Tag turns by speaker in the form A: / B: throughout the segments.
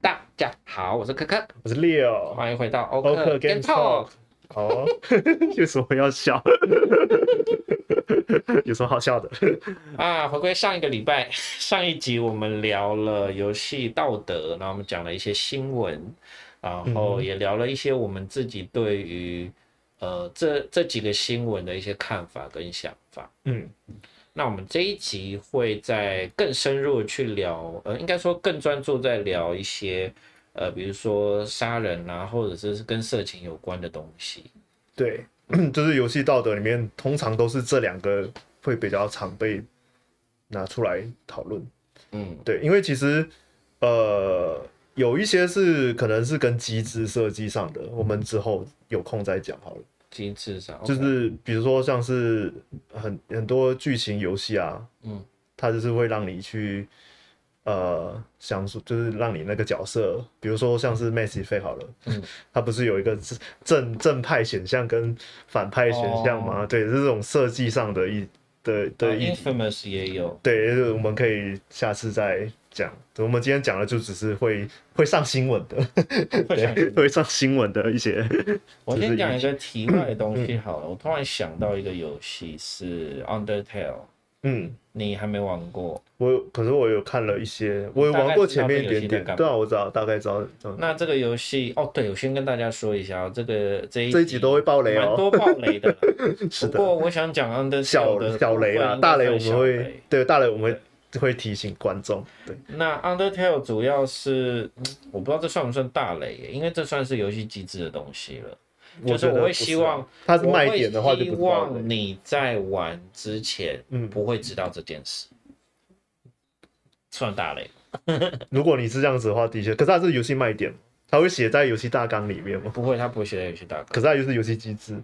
A: 大家好，我是可可，
B: 我是 Leo。
A: 欢迎回到欧
B: 欧
A: 克
B: 克
A: Game
B: Game
A: Talk
B: Talk。哦，有什么要笑？有什么好笑的？
A: 啊，回归上一个礼拜， 上一集我们聊了游戏道德，然后我们讲了一些新闻，然
B: 嗯
A: 后也聊了一些我们自己对于呃这这几个新闻的一些看法跟想法。
B: 嗯，
A: 那我们这一集会在更深入的去聊，呃，应该说更专注在聊一些，呃，比如说杀人啊，或者是跟色情有关的东西。
B: 对，就是游戏道德里面通常都是这两个会比较常被拿出来讨论。
A: 嗯
B: 对，因为其实呃有一些是可能是跟机制设计上的，我们之后有空再讲好了。
A: 机制上
B: 就是比如说像是很很多剧情游戏啊，
A: 嗯，
B: 它就是会让你去呃想说，就是让你那个角色，比如说像是 Mass Effect 好了，
A: 嗯，
B: 它不是有一个正正正派选项跟反派选项吗？对，这种设计上的一的的
A: 对
B: 一、
A: 啊 Infamous 也 有，
B: 对，就是我们可以下次再讲。我们今天讲的就只是会会上新闻的，
A: 会想
B: 对， 会上新闻的一些，
A: 我
B: 只
A: 先
B: 是
A: 讲一个题外的东
B: 嗯
A: 西好了。我突然想到一个游戏是 Undertale，
B: 嗯。
A: 你还没玩过？
B: 我有可是我有看了一些，我有
A: 大概
B: 玩过
A: 知道
B: 前面一
A: 这个游戏
B: 点
A: 在
B: 点，
A: 干
B: 对啊，我知道，大概知道。嗯
A: 那这个游戏哦，对，我先跟大家说一下哦，这个这一
B: 这一集都会爆雷
A: 蛮
B: 哦，
A: 多爆雷的啦。
B: 是
A: 不
B: 的，
A: 过我想讲 Undertale
B: 小
A: 的
B: 小雷啦，大雷我们
A: 部分应该算小雷
B: 会对大雷我们会会提醒观众，对，
A: 那 Undertale 主要是，嗯我不知道这算不算大雷耶，因为这算是游戏机制的东西了。就是
B: 觉得
A: 我会
B: 不是
A: 希
B: 啊
A: 望，
B: 它是卖点的话
A: 我会
B: 就
A: 希
B: 不是爆雷
A: 望你在玩之前
B: 嗯，
A: 不会知道这件事，算大雷。
B: 如果你是这样子的话，的确，可是它是游戏卖点，它会写在游戏大纲里面嘛，
A: 不会，他不会写在游戏大纲。
B: 可是它就是游戏机制，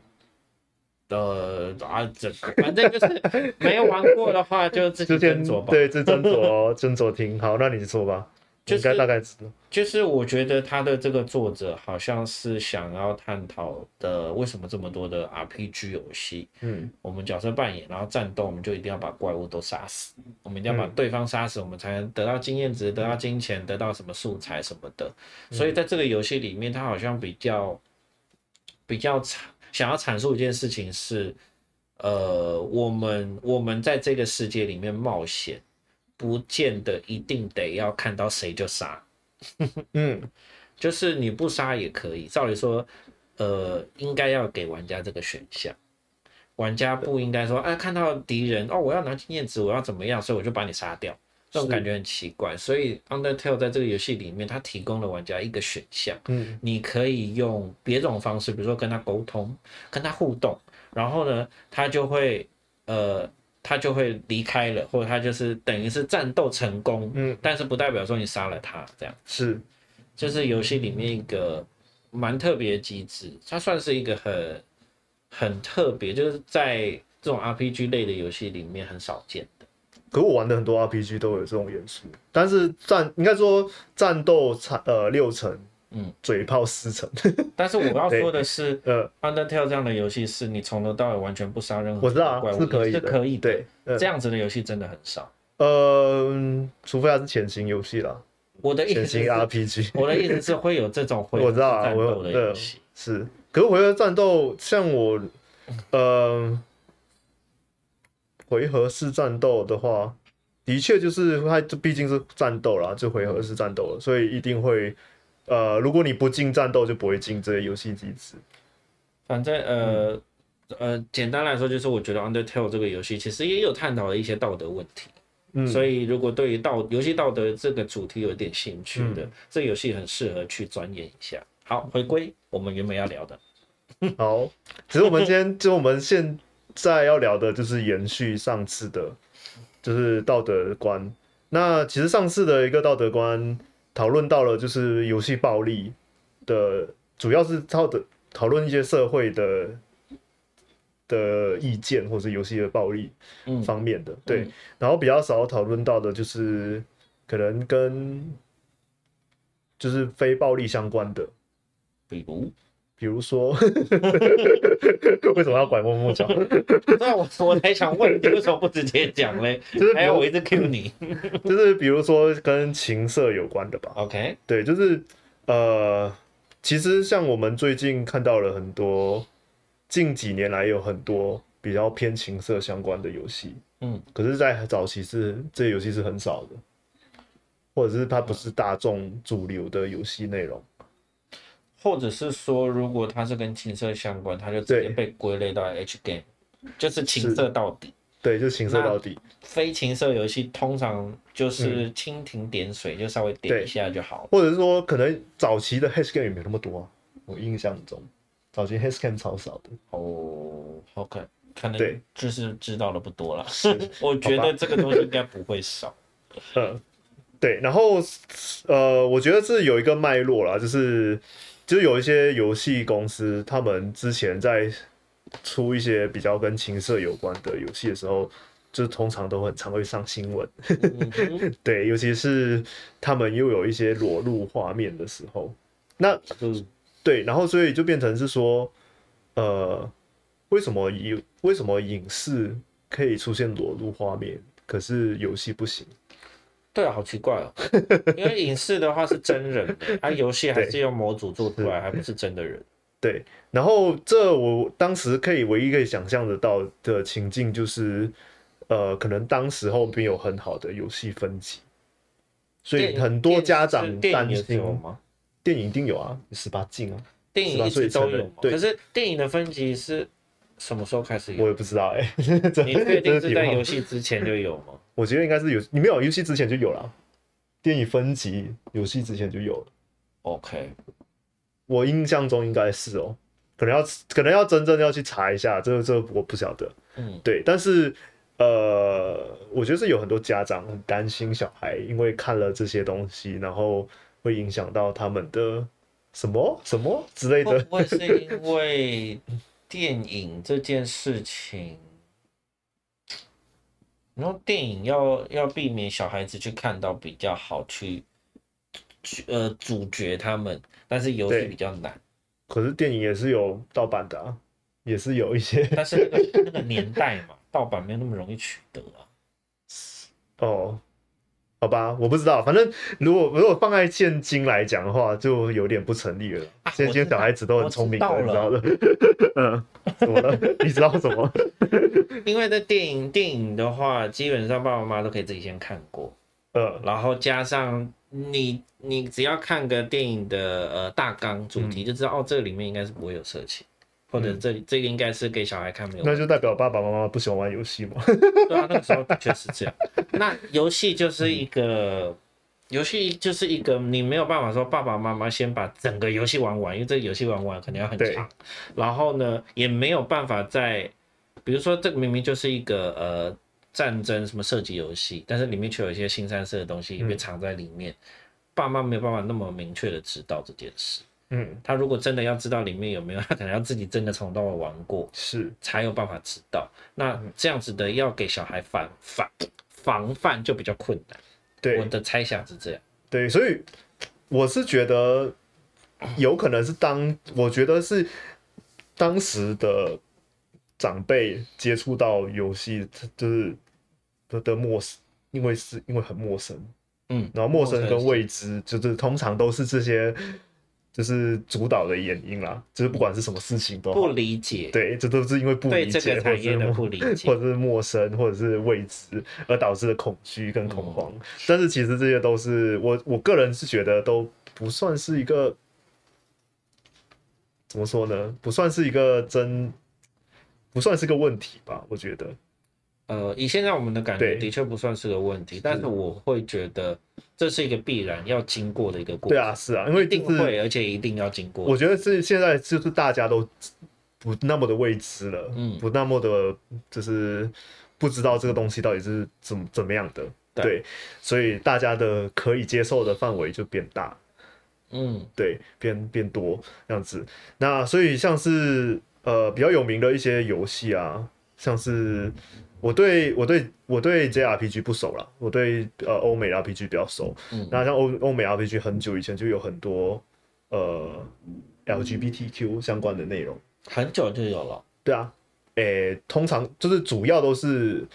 A: 呃啊，这反正就是没有玩过的话，就自己
B: 之前
A: 斟酌吧。，
B: 对，这斟酌哦斟酌听，好，那你说吧，
A: 就
B: 应该
A: 是
B: 大概知道，
A: 就是我觉得他的这个作者好像是想要探讨的，为什么这么多的 RPG 游戏，
B: 嗯
A: 我们角色扮演，然后战斗，我们就一定要把怪物都杀死，我们一定要把对方杀死，我们才能得到经验值、得到金钱、得到什么素材什么的。所以在这个游戏里面，它好像比较比较阐想要阐述一件事情是，呃，我们我们在这个世界里面冒险，不见得一定得要看到谁就杀，
B: 嗯，
A: 就是你不杀也可以。照理说，呃，应该要给玩家这个选项，玩家不应该说，哎、看到敌人哦，我要拿经验值，我要怎么样，所以我就把你杀掉，这种
B: 是
A: 感觉很奇怪。所以 Undertale 在这个游戏里面，它提供了玩家一个选项，
B: 嗯，
A: 你可以用别种方式，比如说跟他沟通，跟他互动，然后呢，他就会呃。他就会离开了，或者他就是等于是战斗成功，
B: 嗯，
A: 但是不代表说你杀了他这样。
B: 是，
A: 就是游戏里面一个蛮特别的机制，它算是一个很很特别，就是在这种 RPG 类的游戏里面很少见的。
B: 可我玩的很多 RPG 都有这种元素，但是战应该说战斗差呃六成，
A: 嗯，
B: 嘴炮四成，
A: 但是我要说的是
B: 呃，
A: ，Undertale 这样的游戏是你从头到尾完全不杀任何
B: 我知道啊
A: 怪物，
B: 是可以
A: 是
B: 的，
A: 可以的。
B: 对，呃
A: 这样子的游戏真的很少。
B: 呃，嗯除非它是潜行游 戏啦，
A: 我的意思
B: 潜行
A: 是，
B: RPG
A: 我的意思是会有这种回合
B: 我知道啊
A: 战
B: 我
A: 斗的游
B: 呃
A: 戏。
B: 是，可是回合战斗像我，呃，回合式战斗的话，的确就是它这毕竟是战斗啦，就回合式战斗了，所以一定会。呃，如果你不进战斗，就不会进这些游戏机制。
A: 反正呃、
B: 嗯
A: 呃，简单来说就是，我觉得 Undertale 这个游戏其实也有探讨了一些道德问题。
B: 嗯
A: 所以如果对于道游戏道德这个主题有点兴趣的，
B: 嗯
A: 这游戏很适合去钻研一下。好，回归我们原本要聊的，
B: 好，只是我们今天，就我们现在要聊的就是延续上次的，就是道德观。那其实上次的一个道德观讨论到了，就是游戏暴力的，主要是讨的讨论一些社会的的意见，或是游戏的暴力
A: 嗯
B: 方面的。对
A: 嗯，
B: 然后比较少讨论到的就是可能跟就是非暴力相关的，
A: 比如，
B: 比如说， 为什么要拐弯抹角？
A: 那我我才想问你为什么不直接讲嘞？
B: 就是比
A: 还要我
B: 如，
A: 一直 Q 你
B: 就是比如说跟情色有关的吧。
A: ？OK，
B: 对，就是呃，其实像我们最近看到了很多，近几年来有很多比较偏情色相关的游戏，
A: 嗯，
B: 可是，在早期是这些游戏是很少的，或者是它不是大众主流的游戏内容。
A: 或者是说，如果它是跟情色相关，它就直接被归类到 H game，就是情色到底。
B: 对，就情色
A: 那
B: 到底。
A: 非情色游戏通常就是
B: 嗯
A: 蜻蜓点水，就稍微点一下就好了。
B: 或者是说，可能早期的 Hash Game 也没那么多啊。我印象中，早期 Hash Game 超少的。
A: 哦，OK，可
B: 对
A: 能就是知道的不多了。
B: 是
A: 我觉得这个东西应该不会 少。
B: 嗯，对。然后，呃，我觉得这有一个脉络啦，就是就有一些游戏公司，他们之前在出一些比较跟情色有关的游戏的时候，就是通常都很常会上新闻。
A: 嗯哼
B: 对，尤其是他们又有一些裸露画面的时候，那
A: 嗯
B: 对，然后所以就变成是说，呃，为什么有为什么影视可以出现裸露画面，可是游戏不行？
A: 对啊，好奇怪 哦，因为影视的话是真人的，啊，游戏还是用模组做出来，还不是真的人。
B: 对，然后这我当时可以唯一可以想象得到的情境就是，呃，可能当时后没有很好的游戏分级，所以
A: 电
B: 很多家长
A: 电影
B: 担
A: 电影也是
B: 心
A: 有吗？
B: 电影一定有啊，十八禁啊，
A: 电影一直都有嘛，
B: 对
A: 可是电影的分级是什么时候开始
B: 我
A: 有？
B: 也不知道哎、欸，这
A: 嗯 你确定
B: 这
A: 是
B: 题
A: 在
B: 外话
A: 游戏之前就有吗？
B: 我觉得应该是有，你没有游戏之前就有了，电影分级游戏之前就有了，
A: OK，
B: 我印象中应该是哦，可能要可能要真正要去查一下，这个这个我不晓得。
A: 嗯，
B: 对，但是呃，我觉得是有很多家长很担心小孩，因为看了这些东西，然后会影响到他们的什么什么之类
A: 会
B: 的。
A: 不会是因为电影这件事情？然后电影要要避免小孩子去看到比较好去，去呃主角他们，但是游戏
B: 对
A: 比较难。
B: 可是电影也是有盗版的、啊，也是有一些
A: 但是那个那个年代嘛，盗版没有那么容易取得啊。
B: 哦。好吧，我不知道，反正如果如果放在现今来讲的话，就有点不成立了。
A: 啊
B: 现
A: 我
B: 今
A: 知
B: 小孩
A: 道
B: 子都很
A: 我
B: 聪
A: 知
B: 明
A: 道
B: 的，你知道
A: 了
B: 的。嗯，怎 么了？你知道什么？
A: 因为在电影电影的话，基本上爸爸妈妈都可以自己先看过，
B: 呃，
A: 然后加上你你只要看个电影的呃大纲主题，就知道、哦，这个里面应该是不会有色情，或者这、这个应该是给小孩看没有
B: 那。就代表爸爸妈妈不喜欢玩游戏嘛？
A: 对啊，那个时候的确是这样。那游戏就是一个。游戏就是一个你没有办法说爸爸妈妈先把整个游戏玩完，因为这个游戏玩完可能要很
B: 对
A: 长，然后呢也没有办法在，比如说这个明明就是一个呃战争什么射击游戏，但是里面却有一些新三色的东西被藏在里面，爸妈没有办法那么明确的知道这件事。
B: 嗯，
A: 他如果真的要知道里面有没有，他可能要自己真的从头到尾玩过，
B: 是。
A: 才有办法知道。那
B: 嗯
A: 这样子的要给小孩防防防范就比较困难。我
B: 对
A: 的猜想是这样。
B: 对，所以我是觉得有可能是当我觉得是当时的长辈接触到游戏，就是的的陌生，因为是因为很陌生，
A: 嗯，
B: 然后陌生
A: 生
B: 跟
A: 是
B: 未知，就是通常都是这些就是主导的原因啦，就是不管是什么事情都
A: 不
B: 好，
A: 理解，
B: 对，这都是因为不
A: 对
B: 理
A: 这个
B: 解或者
A: 产业
B: 是
A: 的
B: 陌
A: 不理
B: 或
A: 解，
B: 者是陌生，或者是未知，而导致的恐惧跟恐
A: 嗯
B: 慌。但是其实这些都是我我个人是觉得都不算是一个怎么说呢？不算是一个真，不算是个问题吧？我觉得，
A: 呃，以现在我们的感觉
B: 对
A: 的确不算是个问题，但是我会觉得这是一个必然要经过的一个过
B: 对
A: 程，
B: 啊，是啊，因为
A: 一定
B: 就是
A: 会，而且一定要经过
B: 我。觉得是现在就是大家都不那么的未知了，
A: 嗯
B: 不那么的，就是不知道这个东西到底是怎么怎么样的。
A: 对
B: 对，所以大家的可以接受的范围就变大，
A: 嗯，
B: 对，变变多这样子。那所以像是呃比较有名的一些游戏啊，像是我对我对我对 JRPG 不熟啦，我对呃欧美 RPG 比较熟。
A: 嗯
B: 那像欧欧美 RPG 很久以前就有很多呃 LGBTQ 相关的内容，
A: 很久就有了。
B: 对啊，诶、通常就是主要都是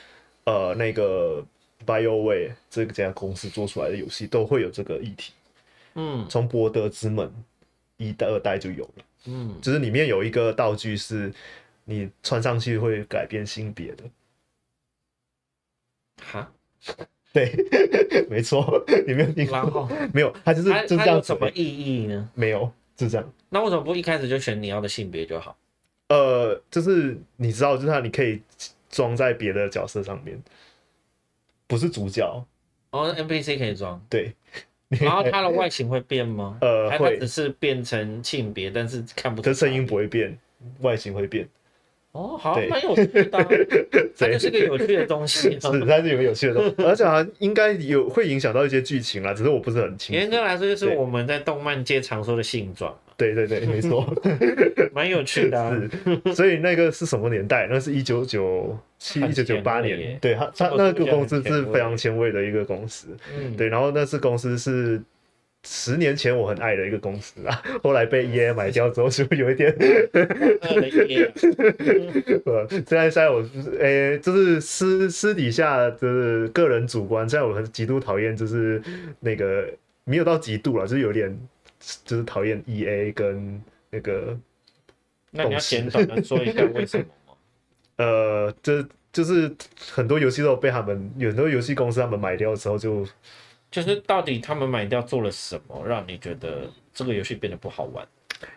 B: 呃那个 BioWare 这家公司做出来的游戏都会有这个议题。
A: 嗯
B: 从《博德之门》一代、二代就有了，
A: 嗯，
B: 就是里面有一个道具是你穿上去会改变性 别的。
A: 哈，
B: 对，没错，你没有听
A: 然
B: 过？
A: 后
B: 没有，他就是
A: 它
B: 就这
A: 它
B: 样
A: 有
B: 子
A: 什
B: 而
A: 么
B: 已，
A: 意义呢？
B: 没有，就这样。
A: 那为什么不一开始就选你要的性别就好？
B: 呃，就是你知道，就是它你可以装在别的角色上面，不是主角，
A: 哦，NPC 可以装，
B: 对，
A: 然后它的外形会变吗？
B: 呃
A: 还它
B: 会
A: 只是变成性别，但是看不出
B: 可
A: 来。
B: 是声音不会变，外形 会变，
A: 哦，好像
B: 对
A: 蛮有趣的啊、它
B: 对
A: 就是个有趣的东西、啊。
B: 是它是有有趣的东西，而且它应该有会影响到一些剧情啦，只是我不是很清
A: 严
B: 楚。
A: 格来说，就是
B: 对
A: 我们在动漫界常说的性转 嘛，
B: 对对对，没错，
A: 蛮有趣的、啊。
B: 是。所以那个是什么年代？那是一九九七、一
A: 很
B: 九九
A: 前
B: 八
A: 卫耶
B: 年，对它它
A: 这个
B: 那
A: 出
B: 个
A: 现
B: 公
A: 很
B: 司
A: 前
B: 是
A: 卫
B: 非常前卫的一个公司，
A: 嗯，
B: 对，然后那次公司是十年前我很爱的一个公司啊， 后 来被 EA 买掉之后，是不是有一点？
A: 二零一零，
B: 呃，现在现在我就是，诶、就是私私底下就是个人主观，现在我很极度讨厌，就是那个没有到极度了，就是有点就是讨厌 EA 跟那个
A: 那你要简短的说一下为什么吗？
B: 呃，这就是很多游戏都被他们有很多游戏公司他们买掉之后就
A: 就是到底他们买掉做了什么，让你觉得这个游戏变得不好玩？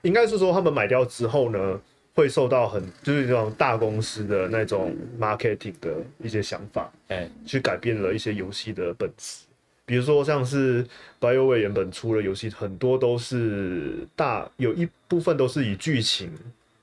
B: 应该是说他们买掉之后呢，会受到很就是那种大公司的那种 marketing 的一些想法，
A: 哎、
B: 去改变了一些游戏的本质。比如说像是 BioWare 原本出的游戏，很多都是大有一部分都是以剧情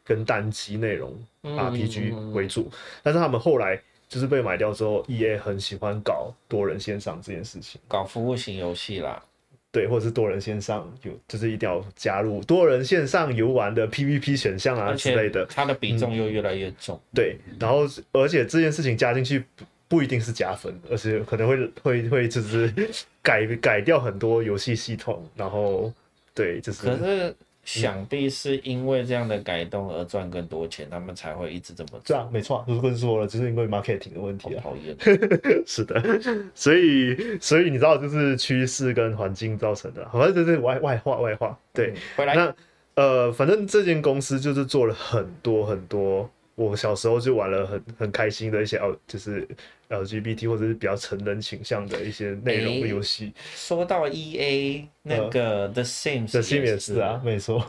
B: 跟单机内容
A: 嗯
B: RPG 为主，但是他们后来就是被买掉之后，EA 很喜欢搞多人线上这件事情。
A: 搞服务型游戏啦，
B: 啊对，或者是多人线上有，就是一定要加入多人线上游玩的 PVP 选项啊
A: 而
B: 之
A: 且
B: 类的。嗯
A: 它的比重又越来越重。
B: 对，然后而且这件事情加进去不不一定是加分，而是可能会会会就是 改改掉很多游戏系统，然后对，就是
A: 可是想必是因为这样的改动而赚更多钱，他们才会一直这么
B: 这
A: 做。
B: 样没错啊，就是跟说了，就是因为 marketing 的问
A: 好
B: 题啊，
A: 讨厌，
B: 是的，所以所以你知道就是趋势跟环境造成的啊，反正就是外外化外化，对
A: 嗯，，回来
B: 那呃，反正这间公司就是做了很多很多，我小时候就玩了很很开心的一些 L，就是 LGBT 或者是比较成人倾向的一些内容的游戏。
A: 说到 E A 那个 The Sims，
B: 这些嗯也是啊，，没错，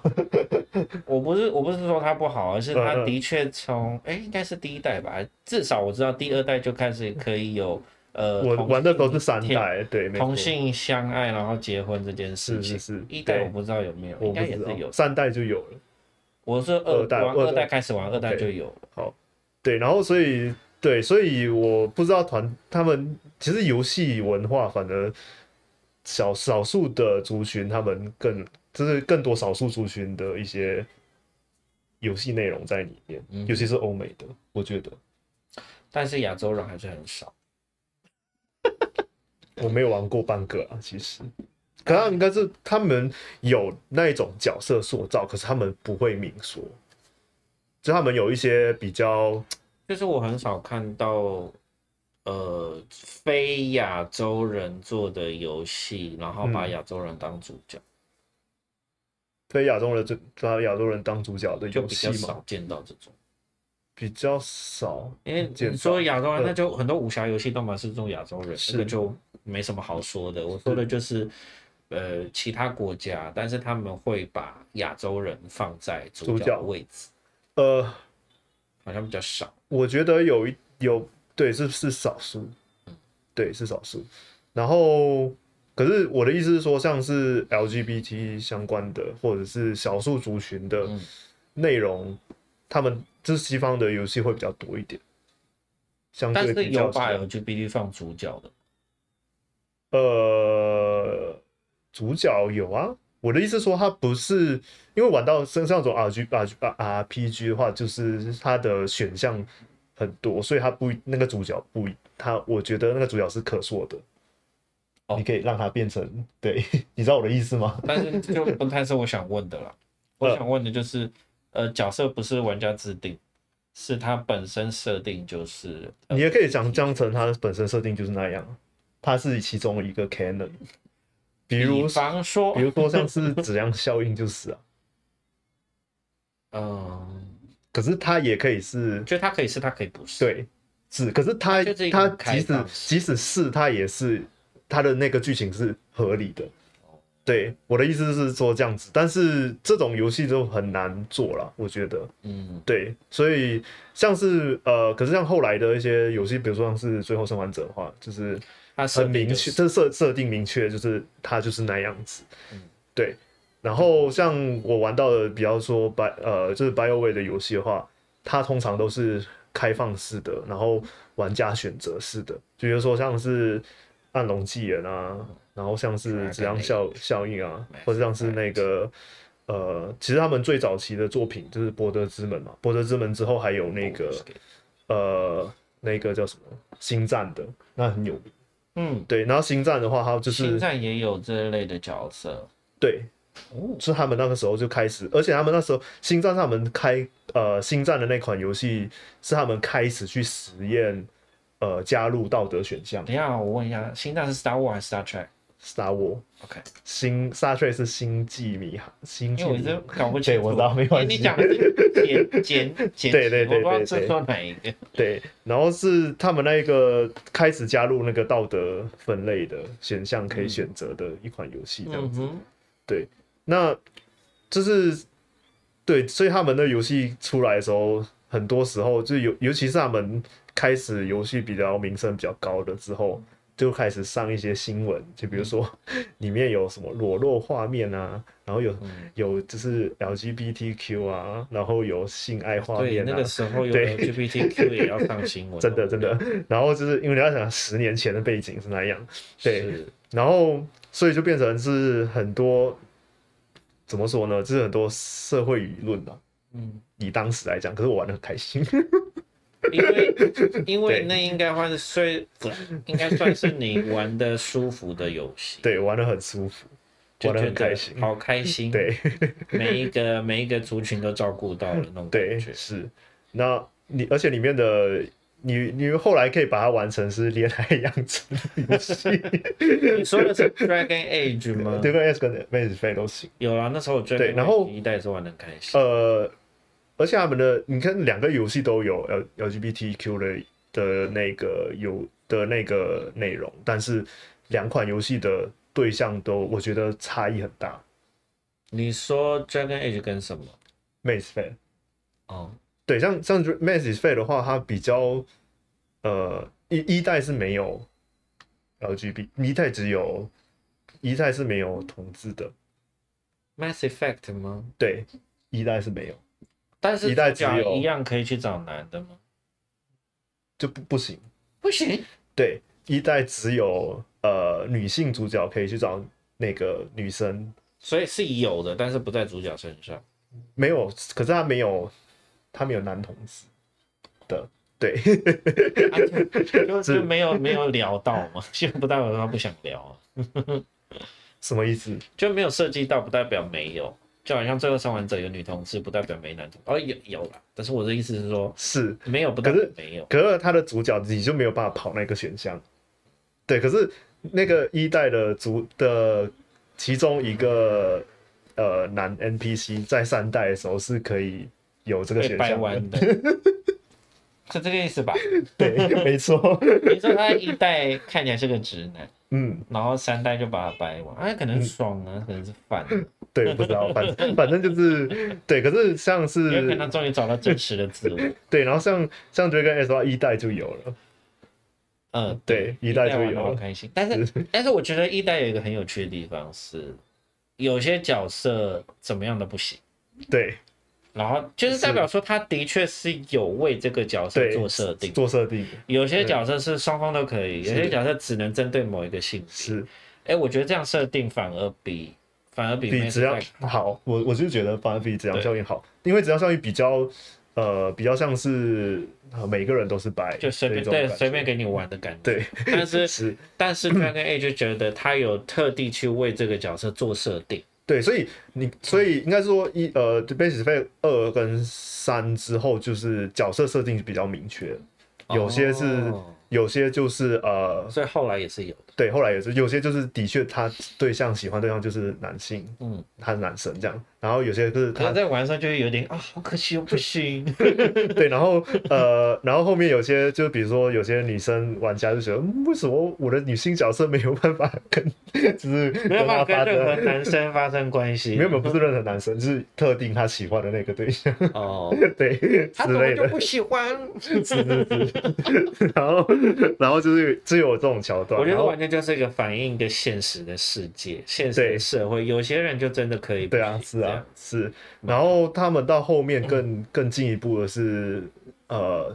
A: 我不是我不是说它不好，而是它
B: 嗯嗯
A: 的确从哎应该是第一代吧，至少我知道第二代就开始可以有呃
B: 我
A: 同
B: 玩的都是
A: 性
B: 三
A: 天
B: 代，对，没错
A: 同，性相爱然后结婚这件事
B: 是
A: 情
B: 是。是，
A: 一代我
B: 对，
A: 不知道有没有，
B: 我
A: 应
B: 不
A: 该也
B: 知
A: 是有
B: 道，。三代就有了。
A: 我是
B: 二代
A: 玩
B: 二
A: 二
B: 代
A: 代开始玩，二代就有了。
B: 对，然后所以对，所以我不知道团他们其实游戏文化反而少少数的族群，他们更就是更多少数族群的一些游戏内容在里面，
A: 嗯
B: 尤其是欧美的，我觉得
A: 但是亚洲人还是很少。
B: 我没有玩过半个啊，其实。可能应该是他们有那一种角色塑造，可是他们不会明说，就他们有一些比较
A: 就是我很少看到，呃，非亚洲人做的游戏，然后把
B: 嗯
A: 亚洲人当主角，
B: 非亚洲人就把亚洲人当主角的
A: 就
B: 游
A: 比
B: 戏
A: 较
B: 嘛，
A: 少见到这种。
B: 比较少，
A: 因为
B: 见
A: 你说
B: 到
A: 亚洲人，
B: 嗯
A: 那就很多武侠游戏都蛮是这种亚洲人，
B: 是
A: 这个就没什么好说的。我说的就是，呃，其他国家，但是他们会把亚洲人放在主
B: 主
A: 角
B: 角
A: 的位置，
B: 呃，
A: 好像比较少。
B: 我觉得有一有对是是少数，对是少数。然后，可是我的意思是说，像是 LGBT 相关的，或者是少数族群的
A: 嗯
B: 内容，他们就是西方的游戏会比较多一点，相
A: 但
B: 对
A: 是
B: 比较
A: 有把
B: 少。
A: LGBT 放主角的，
B: 呃，主角有啊。我的意思是说，他不是因为玩到身上这种 R G R G 啊 R P G 的话，就是他的选项很多，所以他不一那个主角不一他，我觉得那个主角是可塑的，
A: 哦
B: 你可以让他变成对， 你知道我的意思吗？
A: 但是就不太是我想问 的啦。
B: 嗯
A: 我想问的就是，呃，角色不是玩家制定，是他本身设定就是。呃
B: 你也可以讲讲成他本身设定就是那样，他是其中一个 canon，比如
A: 方说
B: 比，如说像是质量效应就是啊，
A: 嗯，
B: 可是它也可以是
A: 就它可以是，它可以不是。，
B: 对是，可是它
A: 就是一个
B: 它
A: 很开
B: 即使
A: 放式
B: 即使是它也是它的那个剧情是合理的。
A: 哦
B: 对，我的意思是说这样子，但是这种游戏就很难做了，我觉得。
A: 嗯，
B: 对，所以像是呃，可是像后来的一些游戏，比如说像是《最后生还者》的话，就是
A: 它设
B: 很
A: 定
B: 明
A: 就
B: 确，
A: 是，
B: 这设设定明确，就是它就是那样子。
A: 嗯
B: 对。然后像我玩到的比较说 b 呃，就是 BioWare 的游戏的话，它通常都是开放式的，然后玩家选择式的，比如说像是《暗龙纪元》啊，然后像是
A: Dragon
B: 《质量效效应》啊
A: Mass，
B: 或者像是那个呃，其实他们最早期的作品就是《博德之门》嘛，《博德之门》之后还有那
A: 哦
B: 个呃，那个叫什么《星战》的，那很有名。
A: 嗯，
B: 对，然后星战的话，它就
A: 星
B: 是
A: 战也有这类的角色，
B: 对，
A: 哦，
B: 就是他们那个时候就开始，而且他们那时候星战他们开呃星战的那款游戏是他们开始去实验呃加入道德选项
A: 等一下，我问一下，星战是 Star Wars 还是 Star Trek？OK，、
B: ，Star War 星 Star Trek 是星际迷航，星际
A: 因为我一
B: 迷
A: 直
B: 航
A: 搞不清
B: 对
A: 楚，
B: 我知道没关系
A: 你你讲的是简简简，
B: 对对对
A: 我
B: 对
A: 不知道这算哪一个。
B: 对，然后是他们那个开始加入那个道德分类的选项可以选择的一款游戏这样
A: 嗯哼，
B: 那就是对，所以他们的游戏出来的时候，很多时候就尤尤其是他们开始游戏比较名声比较高了之后，就开始上一些新闻，就比如说 里面有什么裸露画面啊，然后有
A: 嗯
B: 有就是 LGBTQ 啊，然后有性爱画
A: 对，
B: 面
A: 那
B: 啊
A: 个。时候有
B: 对
A: LGBTQ 也要上 新闻，
B: 真的真的，然后就是因为你要想十年前的背景是那样，对
A: 是，
B: 然后所以就变成是很多怎么说呢？就是很多社会舆论啊，
A: 嗯，
B: 以当时来讲，可是我玩的很开心。
A: 因为因
B: 对
A: 为那应该算是虽应该算是你玩的舒服的游戏，
B: 对，玩的很舒服，
A: 就
B: 玩的
A: 觉
B: 很开
A: 得
B: 心。
A: 好开心，
B: 对
A: 每一个每一个族群都照顾到了那种
B: 对
A: 感觉，
B: 是，那你而且里面的你你后来可以把它完成是恋爱养成的 游戏，
A: 你说的是 Dragon Age 吗？
B: 对跟 S 跟 m a z e 飞都行。
A: 有啊，那时候我 Dragon
B: 对然后
A: Age 一代也是玩的开心，
B: 呃，而且他们的你看两个游戏都有 L LGBTQ 的的那个有的那个内容，但是两款游戏的对象都我觉得差异很大。
A: 你说 Dragon Age 跟什么？
B: Maze Effect
A: 哦，
B: 对，像像 Maze Effect 的话，它比较呃一一代是没有 LGBT，一代只有一代是没有同志的，
A: Mass Effect 吗？
B: 对，一代是没有，
A: 但是
B: 一代
A: 主角
B: 只有
A: 一样可以去找男的吗？
B: 就不不行。
A: 不行，
B: 对，一代只有呃女性主角可以去找那个女生，
A: 所以是有的，但是不在主角身上。
B: 没有，可是她没有，她没有男同志的，对，
A: 啊就就是就没有没有聊到嘛，就不代表他不想聊、啊，
B: 什么意思？
A: 就没有涉及到，不代表没有。就好像《最后生还者》有女同志，不代表没男同哦，有有啦。但是我的意思是说，
B: 是，
A: 没有不代
B: 可
A: 表
B: 是
A: 没有。
B: 可是她的主角你就没有办法跑那个选项，对，可是那个一代的主的其中一个呃男 NPC 在三代的时候是可以有这个
A: 被
B: 选
A: 掰
B: 项的，
A: 弯的，是这个意思吧？
B: 对， 没错，
A: 你说他一代看起来是个直男，
B: 嗯。
A: 然后三代就把他掰弯，哎、可能爽啊，可能是反的，
B: 对，不知道，反正反正就是对。可是像
A: 因为可能
B: 是
A: 他终于找到真实的自我。
B: 对，然后像像 Dragon S 的话，一代就有了，
A: 嗯，
B: 对，一
A: 一
B: 代
A: 代
B: 就
A: 玩得
B: 有
A: 好
B: 了，嗯
A: 开心。但是，但是我觉得一代有一个很有趣的地方是，有些角色怎么样都不行，
B: 对，
A: 然后就是代表说他的确是有为这个角色
B: 对
A: 做设定。
B: 做设定
A: 有些角色是双方都可以，有些角色只能针对某一个性别。
B: 是
A: 哎、我觉得这样设定反而比反而比
B: 比
A: Mass
B: 质量
A: Effect
B: 好，我我就觉得反而比质量效应好，因为质量效应比较呃比较像是呃每个人都是白，
A: 就随便
B: 这种
A: 对
B: 感觉
A: 随便给你玩的感觉。
B: 对，
A: 但是
B: 是，
A: 但是 Dragon Age 就觉得他有特地去为这个角色做设定。
B: 对，所以你所以应该说一呃 b a s e 费二跟三之后，就是角色设定比较明确，有些是
A: 哦
B: 有些就是呃
A: 所以后来也是有的。
B: 对，后来也是有些就是的确他对象喜欢对象就是男性，
A: 嗯，
B: 他是男生这样，然后有些就是
A: 他
B: 他
A: 在晚上就会有点啊，好可惜哦，不 行。
B: 对，然后呃，然后后面有些就比如说有些女生玩家就觉得，嗯为什么我的女性角色没有办法跟，就是
A: 没有
B: 跟
A: 办法
B: 他发
A: 跟任何
B: 生，
A: 男生发生关系。
B: 没有没有不是任何男生，就是特定他喜欢的那个对象，
A: 哦，
B: 对
A: 他怎
B: 之
A: 么
B: 类
A: 就
B: 的，
A: 不喜欢？
B: 是啊是是，然后然后就是就有这种桥段，
A: 我觉
B: 然
A: 得
B: 后
A: 完全就是一个反映一个现实的世界、现实的社会。有些人就真的可以，
B: 对啊，是
A: 这
B: 啊
A: 样，
B: 是。然后他们到后面
A: 嗯
B: 更更进一步的是，呃，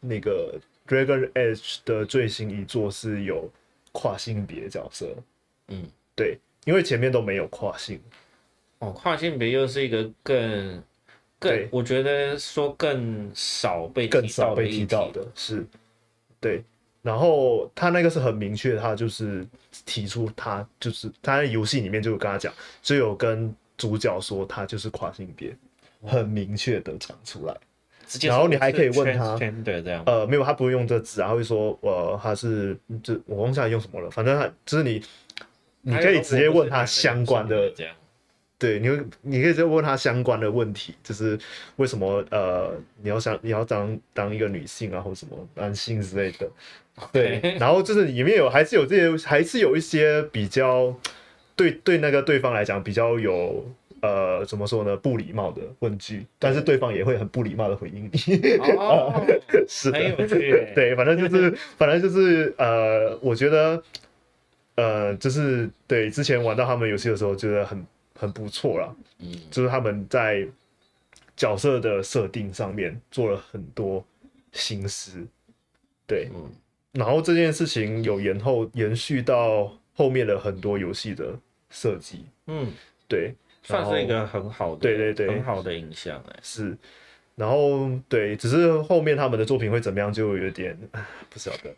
B: 那个 Dragon Age 的最新一作是有跨性别角色，
A: 嗯，
B: 对，因为前面都没有跨性，
A: 哦，跨性别又是一个更
B: 对
A: 更，我觉得说更少被
B: 更
A: 提
B: 少
A: 到的
B: 被
A: 议
B: 提
A: 题
B: 到的是，对。然后他那个是很明确，他就是提出他就是他在游戏里面就有跟他讲，就有跟主角说他就是跨性别，
A: 哦
B: 很明确的讲出来。
A: 直接
B: 然后你还可以问他
A: 对，这样，
B: 呃，没有，他不会用这字啊，他会说，呃，他是这我忘记他用什么了，反正他就是你，你可以直接问他相关 的，
A: 这样。
B: 对，你会你可以直接问他相关的问题，就是为什么呃你要想你要当当一个女性啊，或什么男性之类的，对，然后就是里面有还是有这些，还是有一些比较对对那个对方来讲比较有。呃，怎么说呢？不礼貌的问句，但是对方也会很不礼貌的回应你。
A: 哦，
B: 是的，
A: 很有趣。，
B: 对，反正就是，反正就是，呃，我觉得，呃，就是对，之前玩到他们游戏的时候，觉得很很不错啦，
A: 嗯，
B: 就是他们在角色的设定上面做了很多心思，对，
A: 嗯
B: 然后这件事情有延后延续到后面的很多游戏的设计，
A: 嗯，
B: 对，
A: 算是一个很好的，
B: 对对对
A: 很好的影响哎。
B: 是。然后对，只是后面他们的作品会怎么样，就有点 唉不晓得。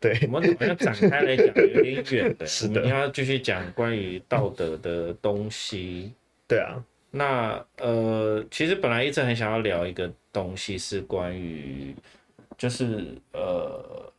B: 对，
A: 我们好像展开来讲有点远的，
B: 是
A: 我
B: 的
A: 们要继续讲关于道德的东西。
B: 对啊，
A: 那呃，其实本来一直很想要聊一个东西，是关于就是呃，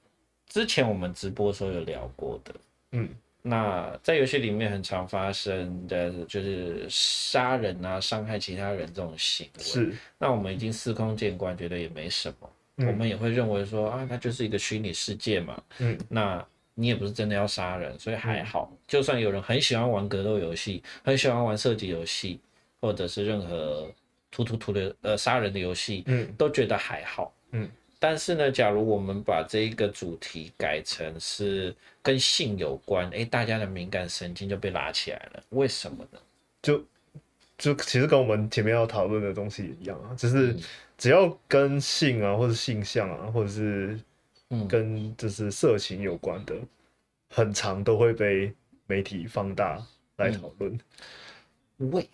A: 之前我们直播的时候有聊过的。
B: 嗯，
A: 那在游戏里面很常发生的就是杀人啊、伤害其他人这种行为。
B: 是。
A: 那我们已经司空见惯，觉得也没什么，
B: 嗯
A: 我们也会认为说啊，它就是一个虚拟世界嘛，
B: 嗯，
A: 那你也不是真的要杀人，所以还好。就算有人很喜欢玩格斗游戏，很喜欢玩射击游戏，或者是任何突突突的呃杀人的游戏，
B: 嗯
A: 都觉得还好，
B: 嗯。
A: 但是呢，假如我们把这一个主题改成是跟性有关，诶，大家的敏感神经就被拉起来了，为什么呢？
B: 就就其实跟我们前面要讨论的东西一样啊，就是
A: 嗯
B: 只要跟性啊，或者性向啊，或者是
A: 嗯
B: 跟就是色情有关的，很长都会被媒体放大来
A: 嗯
B: 讨论。
A: 喂，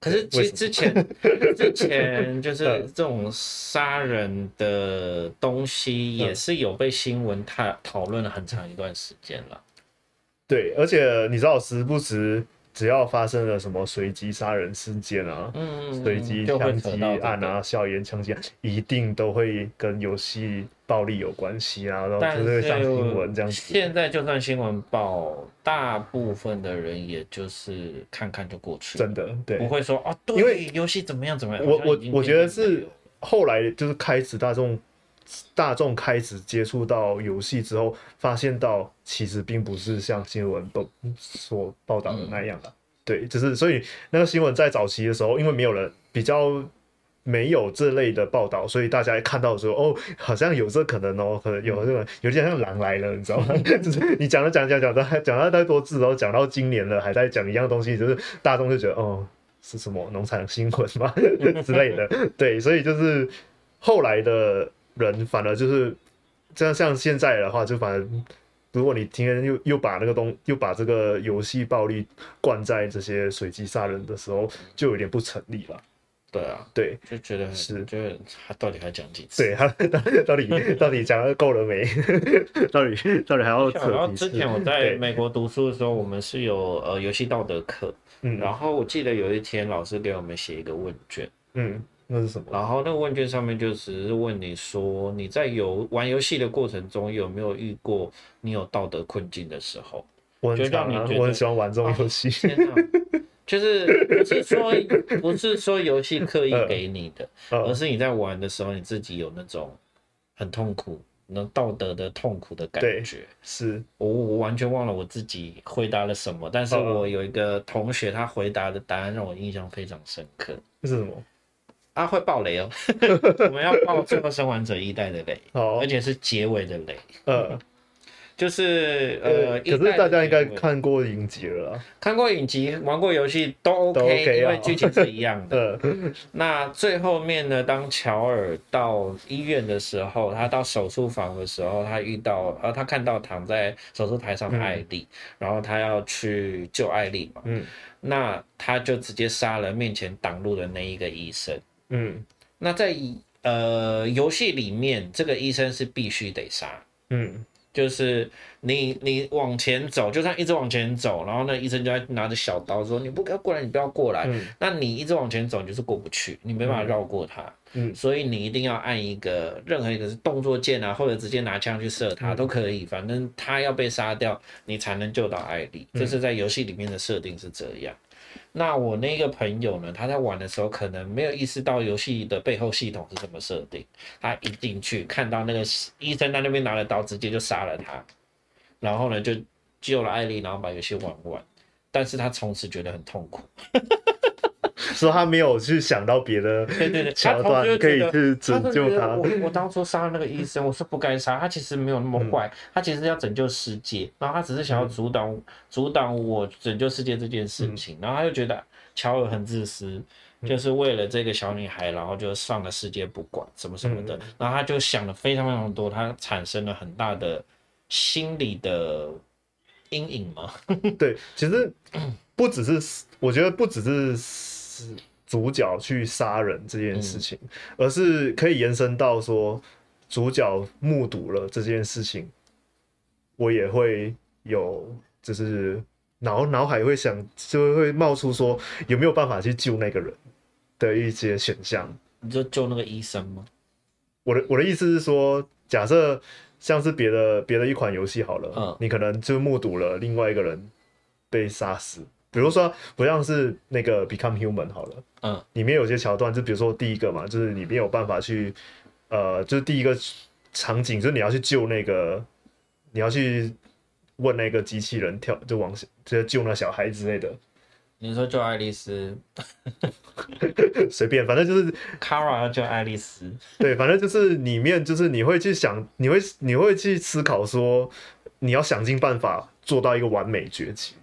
A: 可是
B: 为
A: 其实之前 之前就是
B: 嗯
A: 这种杀人的东
B: 嗯
A: 西，也是有被新闻讨讨论了很长一段时间了。
B: 对，而且你知道，时不时只要发生了什么随机杀人事件啊。
A: 嗯，嗯嗯
B: 随机
A: 就会
B: 枪
A: 扯
B: 击
A: 到这
B: 案啊，
A: 个。
B: 校园枪击案一定都会跟游戏暴力有关系啊，然后
A: 但
B: 就是会上新闻这样子。
A: 现在就算新闻报，大部分的人也就是看看就过去，
B: 真的，对，
A: 不会说哦，对，
B: 因为
A: 游戏怎么样怎么样。好
B: 我
A: 像
B: 我
A: 已经
B: 我觉得
A: 渐渐没
B: 是
A: 有
B: 后来就是开始大众大众开始接触到游戏之后，发现到其实并不是像新闻报嗯所报道的那样的、对，就是所以那个新闻在早期的时候，因为没有人比较没有这类的报道，所以大家看到说哦，好像有这可能哦，可能有这个有点像狼来了，你知道吗？ 就是你讲了讲讲讲到讲到太多字然后讲到今年了，还在讲一样东西，就是大众就觉得哦。是什么农场新闻吗 之类的，对，所以就是后来的人反而就是这样，像现在的话，就反而如果你今天又又把那个东又把这个游戏暴力灌在这些随机杀人的时候，就有点不成立了。
A: 对啊，
B: 对，
A: 就觉得
B: 是
A: 是，就是他到底还讲几次？
B: 对他 到到底到底讲的够了没？ 到底到底还要
A: 然
B: 扯
A: 后
B: 皮
A: 之
B: 是？
A: 前我在
B: 对
A: 美国读书的时候，我们是有呃游戏道德课，
B: 嗯
A: 然后我记得有一天老师给我们写一个问卷，
B: 嗯那是什么？
A: 然后那个问卷上面就只是问你说，你在游玩游戏的过程中有没有遇过你有道德困境的时候？
B: 我很
A: 就让
B: 强啊
A: 你觉，得
B: 我很喜欢玩这种游戏。
A: 天哪，就是不是说不是说游戏刻意给你的，而
B: 嗯，
A: 是你在玩的时候你自己有那种很痛苦、能道德的痛苦的感
B: 对
A: 觉。
B: 是
A: 我我完全忘了我自己回答了什么，但是
B: 嗯嗯
A: 我有一个同学他回答的答案让我印象非常深刻。
B: 那是什么？
A: 啊，会爆雷哦！ 我们要爆《最后生还者一代》的雷，
B: 好
A: 而，且是结尾的雷，
B: 呃
A: 就是呃
B: 呃，，可
A: 一代
B: 是
A: 的
B: 大家应该
A: 结尾
B: 看过影集了啊啦。
A: 看过影集、玩过游戏都 OK，,
B: 都 OK
A: 因
B: 啊
A: 为剧情是一 样的。
B: 呃，
A: 那最后面呢，当乔尔到医院的时候，他到手术房的时候，他遇到呃，他看到躺在手术台上的艾丽，然后他要去救艾丽嘛，
B: 嗯
A: 那他就直接杀了面前挡路的那一个医生。
B: 嗯
A: 那在呃游戏里面，这个医生是必须得杀，
B: 嗯，
A: 就是你你往前走，就算一直往前走，然后呢医生就在拿着小刀说你不要过来，你不要过来。
B: 嗯
A: 那你一直往前走，你就是过不去，你没办法绕过他。
B: 嗯
A: 所以你一定要按一个任何一个是动作键啊，或者直接拿枪去射
B: 嗯
A: 他都可以，反正他要被杀掉，你才能救到艾丽。
B: 嗯
A: 这是在游戏里面的设定是这样。那我那个朋友呢，他在玩的时候可能没有意识到游戏的背后系统是怎么设定，他一进去看到那个医生在那边拿了刀，直接就杀了他，然后呢就救了艾丽，然后把游戏玩完。但是他从此觉得很痛苦，
B: 说他没有去想到别的
A: 对对对，他
B: 桥
A: 同
B: 段
A: 学
B: 可以
A: 觉得
B: 去
A: 他
B: 拯
A: 是觉
B: 救
A: 得
B: 他。
A: 我我当初杀那个医生，我是不该杀他，其实没有那
B: 嗯
A: 么坏，他其实要拯救世界，然后他只是想要阻挡、阻挡我拯救世界这件
B: 嗯
A: 事情，然后他就觉得乔尔很自私。就是为了这个小女孩，然后就放了世界不管，什么什么
B: 嗯
A: 的，然后他就想了非常非常多，他产生了很大的心理的阴影嘛。
B: 对，其实不只是我觉得不只是是主角去杀人这件事情，而是可以延伸到说主角目睹了这件事情，我也会有就是脑脑海会想就会冒出说有没有办法去救那个人的一些选项。
A: 你就救那个医生吗？
B: 我的我的意思是说，假设像是别的别的一款游戏好了，
A: 嗯
B: 你可能就目睹了另外一个人被杀死，比如说不像是那个 Become Human 好了，
A: 嗯，
B: 里面有些桥段，就比如说第一个嘛，就是你没有办法去，呃，就是第一个场景，就是你要去救那个，你要去问那个机器人跳，就往直接救那小孩之类的，
A: 你说救爱丽丝
B: 随便，反正就是
A: ，Kara 要救爱丽丝，
B: 对，反正就是里面就是你会去想，你会你会去思考说，你要想尽办法做到一个完美绝技。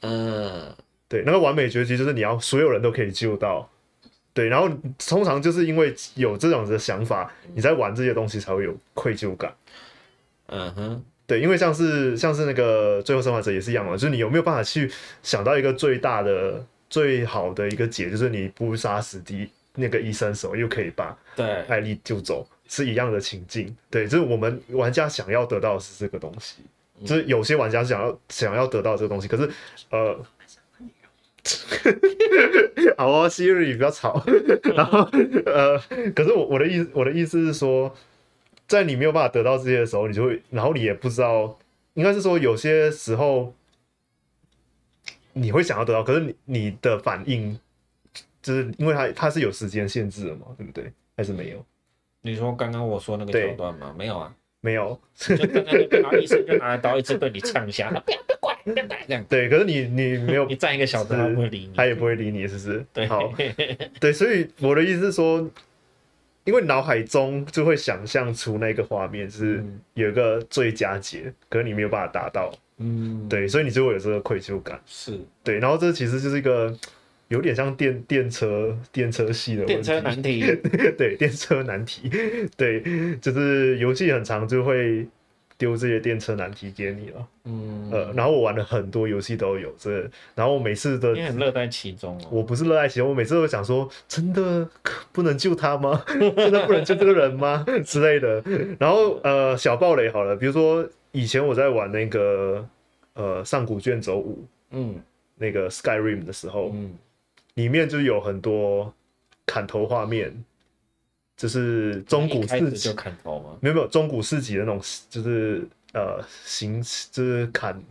A: 嗯。
B: 对，那个完美绝技就是你要所有人都可以救到。对，然后通常就是因为有这种的想法，你在玩这些东西才会有愧疚感。
A: 嗯哼，
B: 对，因为像是像是那个《最后生还者》也是一样嘛，就是你有没有办法去想到一个最大的、最好的一个解，就是你不杀死敌那个医生手，又可以把
A: 对，
B: 艾丽就走是一样的情境。对，就是我们玩家想要得到的是这个东西，就是有些玩家想要想要得到这个东西，可是呃。 好哦，Siri 不要吵。然后，呃，可是我我的意我的意思是说，在你没有办法得到这些的时候，你就会，然后你也不知道，应该是说有些时候你会想要得到，可是你你的反应，就是因为它它是有时间限制的嘛，对不对？还是没有？
A: 你说刚刚我说那个
B: 对
A: 桥段吗？没有啊，
B: 没有，
A: 就刚刚那边，然后医生就拿着刀一直被你呛一下，不要不要过来，不要过来这样。
B: 对，可是你你没有
A: 你，站一个小时，他不会理你。
B: 他也不会理你，是不是？
A: 对，
B: 好，对，所以我的意思是说，因为脑海中就会想象出那个画面是
A: 嗯
B: 有一个最佳解，可是你没有办法达到，
A: 嗯，
B: 对，所以你就会有这个愧疚感，
A: 是
B: 对，然后这其实就是一个有点像电电车电车系的问题
A: 电车难题。
B: 对电车难题， 对，就是游戏很长就会丢这些电车难题给你了，
A: 嗯，
B: 呃，然后我玩了很多游戏都有这然后我每次的
A: 你很乐在其中哦。
B: 我不是热爱其中，我每次都会想说，真的可不能救 他吗？真的不能救这个人吗？之类的。然后呃，小暴雷好了，比如说以前我在玩那个呃《上古卷轴五》
A: 嗯
B: 那个 Skyrim 的时候，
A: 嗯
B: 里面就有很多砍头画面，就是中古
A: 一开始
B: 四
A: 就
B: 级，
A: 砍头吗？
B: 没有没有中古四级的那种，就是呃刑就是砍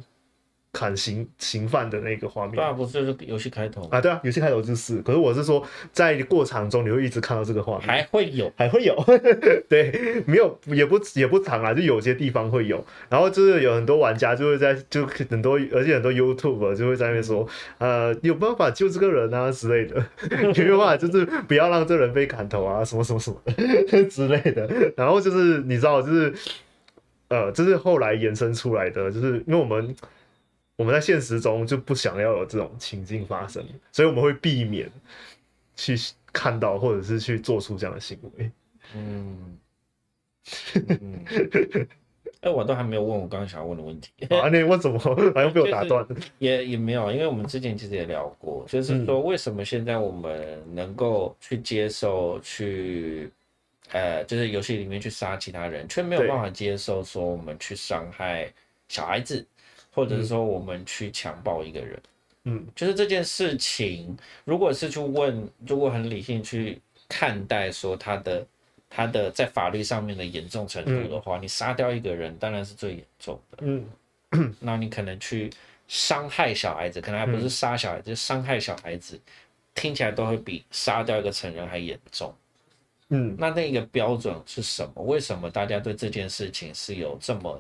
B: 砍刑刑犯的那个画面
A: 对啊，不是就是游戏开头吗，
B: 啊，对啊，游戏开头就是四，可是我是说在过场中你会一直看到这个画面。
A: 还会有
B: 还会有， 对，没有也不也不长啦，就有些地方会有。然后就是有很多玩家就会在就很多，而且很多 YouTube 就会在那边说，呃，有办法救这个人啊之类的， 有没有办法就是不要让这人被砍头啊，什么什么什么的 之类的。然后就是你知道，就是呃，这是后来延伸出来的，就是因为我们。我们在现实中就不想要有这种情境发生，所以我们会避免去看到或者是去做出这样的行为。
A: 嗯， 嗯，哎，我都还没有问我刚刚想要问的问题，
B: 啊，那你问什么？好像被我打断。
A: 也也没有，因为我们之前其实也聊过，就是说为什么现在我们能够去接受去，呃，就是游戏里面去杀其他人，却没有
B: 对
A: 办法接受说我们去伤害小孩子，或者是说我们去强暴一个人。
B: 嗯，
A: 就是这件事情，如果是去问，如果很理性去看待说他的他的在法律上面的严重程度的话，你杀掉一个人当然是最严重的。
B: 嗯，
A: 那你可能去伤害小孩子，可能还不是杀小孩子，就伤害小孩子，听起来都会比杀掉一个成人还严重。
B: 嗯，
A: 那那个标准是什么？为什么大家对这件事情是有这么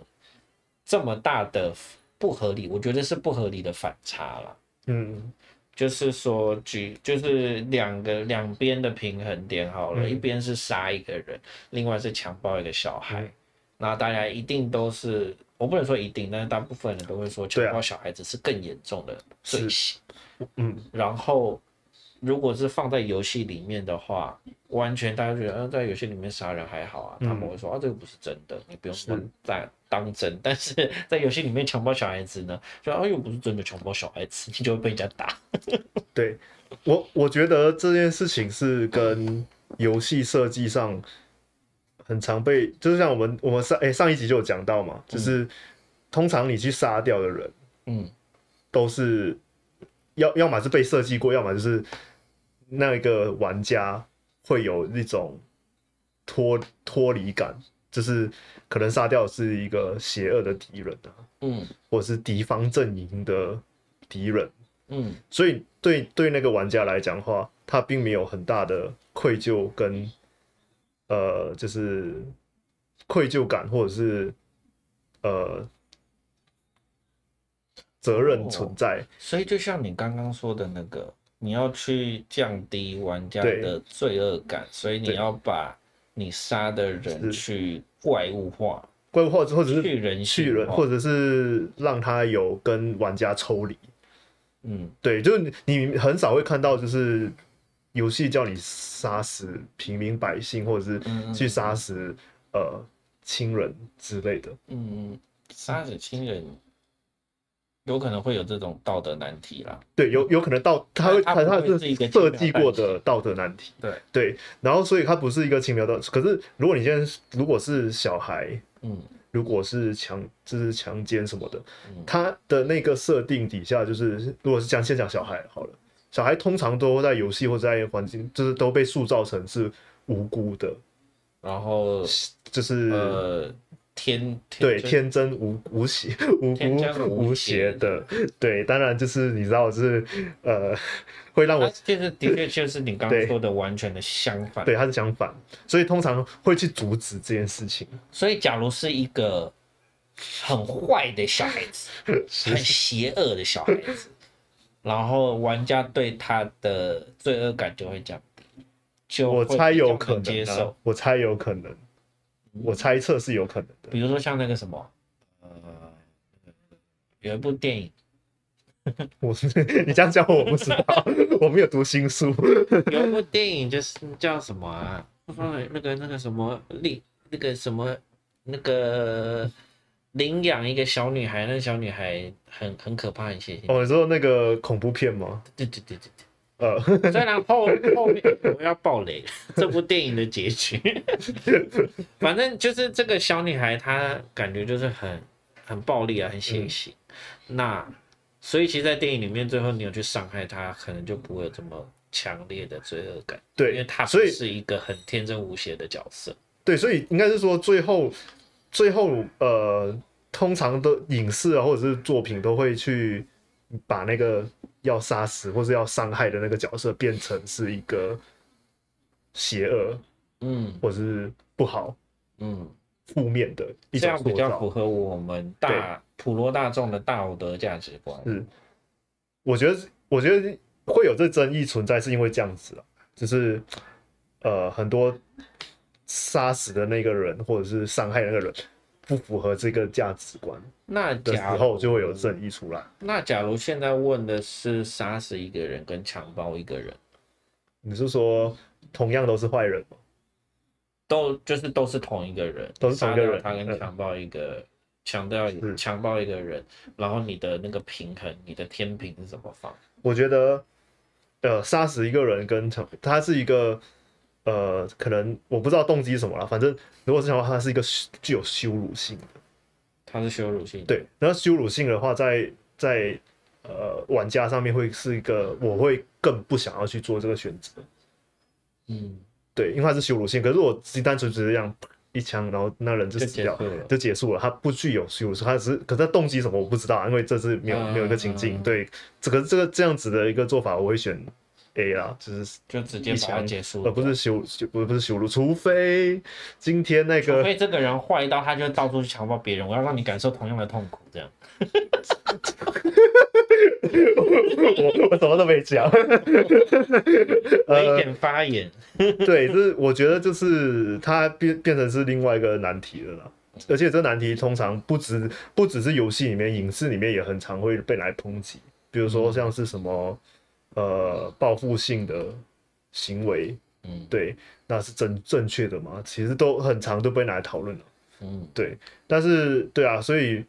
A: 这么大的不合理？我觉得是不合理的反差啦。
B: 嗯，
A: 就是说举就是两个两边的平衡点好
B: 嗯
A: 了，一边是杀一个人，另外是强暴一个小孩。
B: 嗯
A: 那大家一定都是，我不能说一定，但是大部分人都会说强
B: 对啊
A: 暴小孩子是更严重的罪行。
B: 嗯，
A: 然后如果是放在游戏里面的话，完全大家觉得，嗯、在游戏里面杀人还好啊，他
B: 嗯
A: 们会说、啊，这个不是真的，你不用那么当当真。 但是在游戏里面强暴小孩子呢，说啊又不是真的强暴小孩子，你就会被人家打。
B: 对我我觉得这件事情是跟游戏设计上很常被，就是像我们我们上哎、上一集就有讲到嘛，就是、通常你去杀掉的人
A: 嗯。
B: 都是要要么是被设计过，要么就是那一个玩家会有一种脱脱离感，就是可能杀掉是一个邪恶的敌人啊。
A: 嗯
B: 或者是敌方阵营的敌人，
A: 嗯
B: 所以对对那个玩家来讲的话，他并没有很大的愧疚跟呃，就是愧疚感或者是呃责任
A: 哦
B: 存在。，
A: 所以就像你刚刚说的那个，你要去降低玩家
B: 对
A: 的罪恶感，所以你
B: 对
A: 要把你杀的人
B: 是
A: 去怪物化，
B: 怪或者或者
A: 去
B: 是
A: 人
B: 去
A: 性
B: 人，
A: 化
B: 或者是让他有跟玩家抽离。
A: 嗯
B: 对，就是你你很少会看到，就是游戏叫你杀死平民百姓，或者
A: 嗯
B: 是去杀死呃亲人之类的。
A: 嗯，嗯杀死亲人有可能会有这种道德难题啦。
B: 对，有有可能到他会
A: 它
B: 他
A: 它不
B: 他
A: 会是一个
B: 是设计过
A: 轻描淡
B: 的道德难题。
A: 对
B: 对，然后所以它不是一个轻描淡。可是如果你现在如果是小孩，
A: 嗯
B: 如果是强就是强奸什么的
A: 嗯，
B: 他的那个设定底下就是，如果是讲先讲小孩好了，小孩通常都在游戏或在环境，就是都被塑造成是无辜的，
A: 然后
B: 就是、
A: 呃，天
B: 对
A: 真
B: 天真无无邪无
A: 天真
B: 辜
A: 无
B: 无
A: 邪
B: 邪的，对，当然就是你知道，就是呃，会让我
A: 它就是啊的确就是你刚刚
B: 对
A: 说的完全的相反。
B: 对，他是相反，所以通常会去阻止这件事情。
A: 所以，假如是一个很坏的小孩 子，很邪恶的小孩子，然后玩家对他的罪恶感就会降低，就
B: 我
A: 会
B: 猜
A: 比较
B: 有可能、啊，
A: 接受。
B: 我猜有可能，我猜测是有可能的。
A: 比如说像那个什么，呃，有一部电 影，
B: 我 你这样讲我不知道，我没有读新书。
A: 有一部电影就是叫什么啊？我忘了那个那个什么丽，那个什么那个领养一个小女孩，那个小女孩很很可怕，很血腥。
B: 哦，你说那个恐怖片吗？
A: 对对对对对。
B: 呃，
A: 虽然后后面我要爆雷 了这部电影的结局， 反正就是这个小女孩她感觉就是很很暴力啊，很血腥。
B: 嗯
A: 那所以其实，在电影里面最后你有去伤害她，可能就不会有这么强烈的罪恶感，因为
B: 对
A: 他
B: 所
A: 不
B: 以
A: 是一个很天真无邪的角色。
B: 对，所以应该是说最后最后呃，通常的影视啊或者是作品都会去把那个要杀死或是要伤害的那个角色变成是一个邪恶
A: 嗯
B: 或者是不好
A: 嗯，
B: 负面的一
A: 这
B: 种
A: 样比
B: 塑
A: 较符
B: 造。
A: 合我们大普罗大众的道德价值观。
B: 是我觉得我觉得会有这争议存在，是因为这样子啊，就是呃很多杀死的那个人或者是伤害的那个人不符合这个价值观。
A: 那
B: 的时
A: 假
B: 候
A: 如
B: 就会有正义出来。
A: 那假如现在问的是杀死一个人跟强暴一个人，
B: 你是说同样都是坏人吗？
A: 都就是都是同一个人，
B: 都是同一个人
A: 杀掉他跟
B: 嗯
A: 强暴一个强调
B: 是
A: 强暴一个人，然后你的那个平衡，你的天平是怎么放？
B: 我觉得，呃，杀死一个人跟成，他是一个，呃，可能我不知道动机是什么了。反正如果是想法，它是一个羞具有羞辱性的。
A: 它是羞辱性的，
B: 对，然后羞辱性的话在，在呃玩家上面会是一个，我会更不想要去做这个选择。
A: 嗯，
B: 对，因为它是羞辱性。可是我只是单纯只是这样一枪，然后那人就
A: 就
B: 死
A: 结
B: 掉
A: 束，了。
B: 就结束了，它不具有羞辱性，它只是，可是它动机什么我不知道啊，因为这是没有
A: 嗯
B: 没有一个情境。
A: 嗯
B: 对，这个这个这样子的一个做法，我会选 A 啦，就是
A: 就直接
B: 一
A: 把它
B: 枪
A: 结束
B: 而
A: 了，
B: 不是羞羞不不是羞辱，除非今天那
A: 除
B: 个
A: 非这个人坏到他就到处去强暴别人，我要让你感受同样的痛苦，这样。
B: 我我什么都没讲，呃
A: 危险发言，
B: 对，就是我觉得就是它变变成是另外一个难题了啦。而且这难题通常不只不只是游戏里面，影视里面也很常会被来抨击。比如说像是什么呃报复性的行为，
A: 嗯
B: 对，那是正正确的吗？其实都很常都被拿来讨论了。
A: 嗯，
B: 对，但是对啊，所以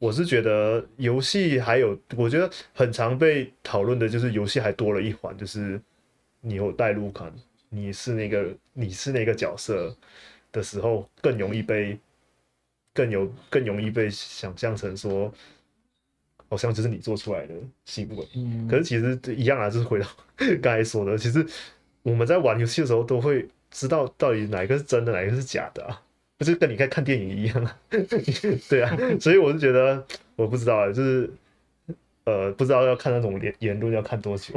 B: 我是觉得游戏还有，我觉得很常被讨论的就是游戏还多了一环，就是你有代入感，你是那个你是那个角色的时候，更容易被更有更容易被想象成说，好像就是你做出来的行为。
A: 嗯
B: 可是其实一样啊，就是回到 刚才说的，其实我们在玩游戏的时候都会知道到底哪一个是真的，哪一个是假的啊，就跟你看看电影一样啊。 对啊，所以我是觉得我不知道啊，就是呃，不知道要看那种言言论要看多久，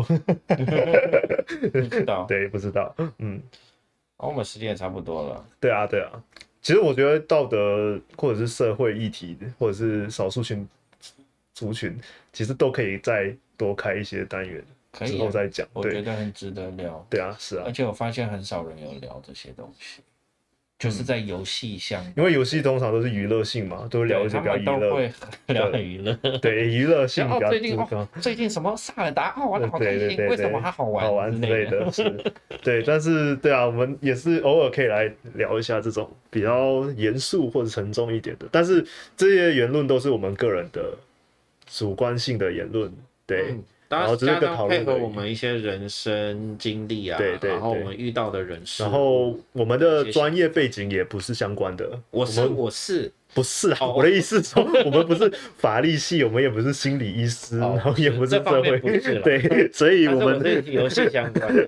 A: 嗯不知道。
B: 对，不知道，嗯，
A: 好我们时间也差不多了，
B: 对啊，对啊。其实我觉得道德或者是社会议题，或者是少数群族群，其实都可以再多开一些单元
A: 可
B: 之
A: 以
B: 后
A: 啊，
B: 再讲。
A: 我觉
B: 对，
A: 得很值得聊。
B: 对啊，是啊
A: 而。且我发现很少人有聊这些东西，
B: 嗯
A: 就是在游戏项目
B: 因为游戏通常都是娱乐性嘛，都会聊一些
A: 对
B: 比较
A: 他
B: 娱
A: 们都
B: 乐，
A: 会 聊很娱乐。
B: 对娱乐性
A: 然
B: 比
A: 后
B: 较
A: 最近
B: 注重
A: 哦，最近什么萨尔达哦，玩的好开
B: 对对
A: 心，
B: 对
A: 为什么
B: 对
A: 它好玩
B: 好玩之
A: 之
B: 类
A: 的？
B: 的，是， 对。但是对啊，我们也是偶尔可以来聊一下这种比较严肃或者沉重一点的，但是这些言论都是我们个人的主观性的言论，对，
A: 嗯然
B: 然
A: 后
B: 后只是
A: 加
B: 个
A: 上
B: 讨论
A: 配合
B: 而已
A: 我们一些人生经历啊，
B: 对对
A: 然后我
B: 对
A: 们遇到的人事物，
B: 然后我们的专业背景也不是相关的，
A: 我是
B: 们
A: 我是
B: 不是啊，
A: 哦
B: 我的意思是说，我们不是法律系，我们也不是心理医师，
A: 哦
B: 然后也不是
A: 这方
B: 社
A: 面
B: 会
A: 不是，啦
B: 对，所以
A: 但是
B: 我们
A: 我是游戏相关的，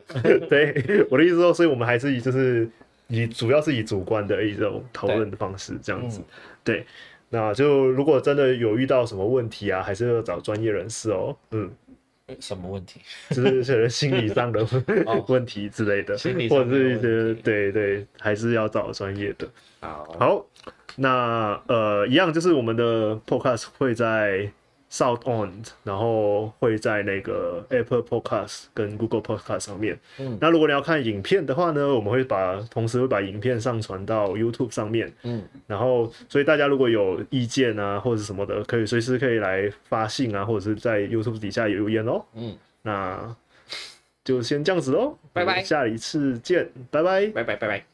B: 对，我的意思是说，所以我们还是以就是以主要是以主观的一种讨论的方式这样
A: 嗯
B: 子。对，那就如果真的有遇到什么问题啊，还是要找专业人士哦。嗯，
A: 什么问题？
B: 就是可能心理上的
A: 哦
B: 问题之类的，
A: 心理上
B: 或
A: 的
B: 者是一
A: 问
B: 些
A: 题
B: 对对，还是要找专业的。
A: 好，
B: 好，那呃，一样就是我们的 Podcast 会在 Sound On，然后会在那个 Apple Podcast 跟 Google Podcast 上面。
A: 嗯
B: 那如果你要看影片的话呢，我们会把同时会把影片上传到 YouTube 上面。
A: 嗯，
B: 然后，所以大家如果有意见啊或者什么的，可以随时可以来发信啊，或者是在 YouTube 底下留言哦。
A: 嗯，
B: 那就先这样子喽，哦
A: 拜拜
B: 我们下一次见，拜拜。
A: 拜拜拜拜。